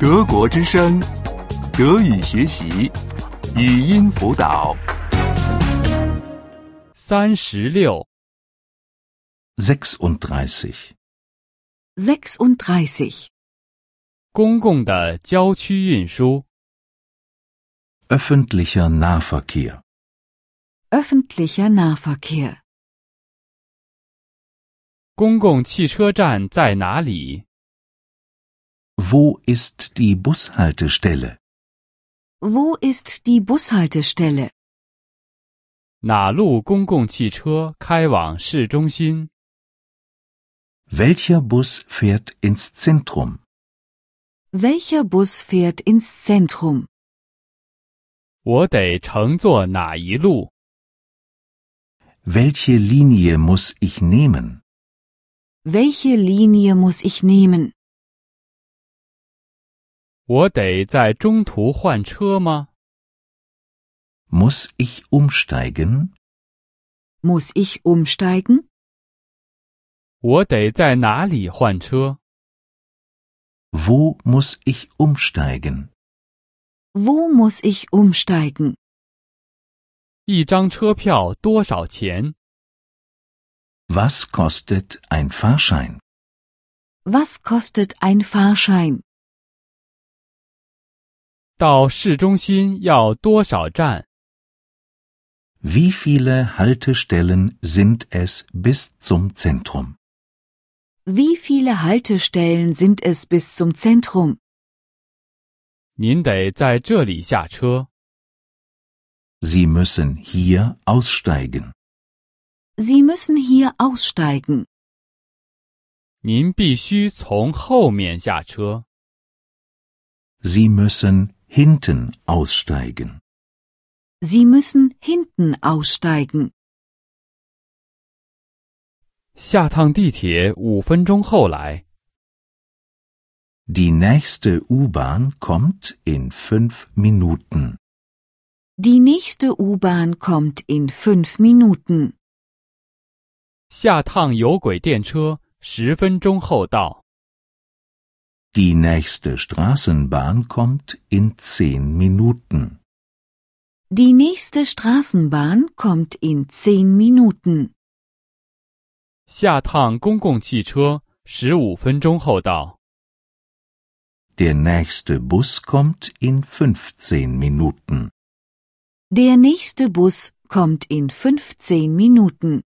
德国之声，德语学习，语音辅导。三十六， 36. 36. 公共的郊区运输。 Öffentlicher Nahverkehr. Öffentlicher Nahverkehr. 公共汽车站在哪里？ Wo ist die Bushaltestelle? Wo ist die Bushaltestelle? 哪路公共汽车开往市中心？ Welcher Bus fährt ins Zentrum? Welcher Bus fährt ins Zentrum? 我得乘坐哪一路？ Welche Linie muss ich nehmen? Welche Linie muss ich nehmen? 我得在中途换车吗？ Muss ich umsteigen? Muss ich umsteigen? 我得在哪里换车？ Wo muss ich umsteigen? Wo muss ich umsteigen? 一张车票多少钱？ Was kostet ein Fahrschein? Was kostet ein Fahrschein? 到市中心要多少站？ Wie viele Haltestellen sind es bis zum Zentrum? Wie viele Haltestellen sind es bis zum Zentrum? 您得在这里下车。 Sie müssen hier aussteigen. Sie müssen hier aussteigen. 您必须从后面下车。 Sie müssen hinten aussteigen. Sie müssen hinten aussteigen. 下趟地铁五分钟后来。 Die nächste U-Bahn kommt in fünf Minuten. Die nächste U-Bahn kommt in fünf Minuten. 下趟有轨电车十分钟后到。 Die nächste Straßenbahn kommt in zehn Minuten. Die nächste Straßenbahn kommt in zehn Minuten. 下趟公共汽车十五分钟后到。 Der nächste Bus kommt in 15 Minuten. Der nächste Bus kommt in 15 Minuten.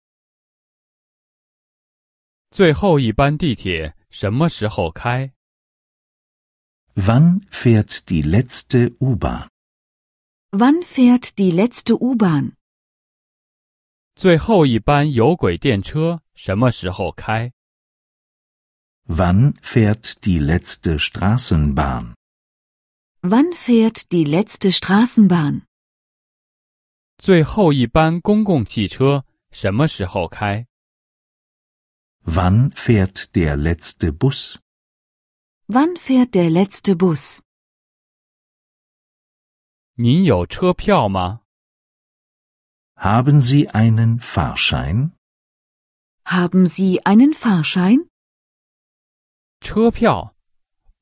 最后一班地铁什么时候开？ Wann fährt die letzte U-Bahn? Wann fährt die letzte U-Bahn? 最后一班有轨电车什么时候开？ Wann fährt die letzte Straßenbahn? Wann fährt die letzte Straßenbahn? 最后一班公共汽车什么时候开？ Wann fährt der letzte Bus? Wann fährt der letzte Bus? 您有车票吗？ Haben Sie einen Fahrschein? Haben Sie einen Fahrschein? 车票？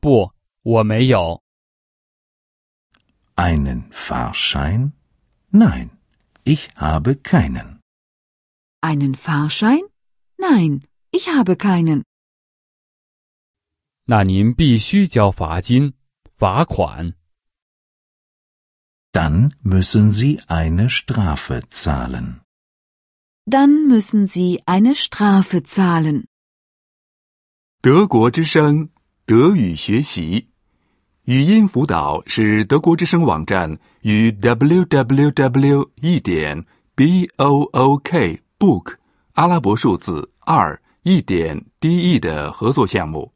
不，我没有。 Einen Fahrschein? Nein, ich habe keinen. Einen Fahrschein? Nein, ich habe keinen. 那您必须交罚金、罚款。 Dann müssen Sie eine Strafe zahlen. Dann müssen Sie eine Strafe zahlen. 德国之声，德语学习，语音辅导是德国之声网站与 www. 一点 b o o k book 阿拉伯数字二一点 d e 的合作项目。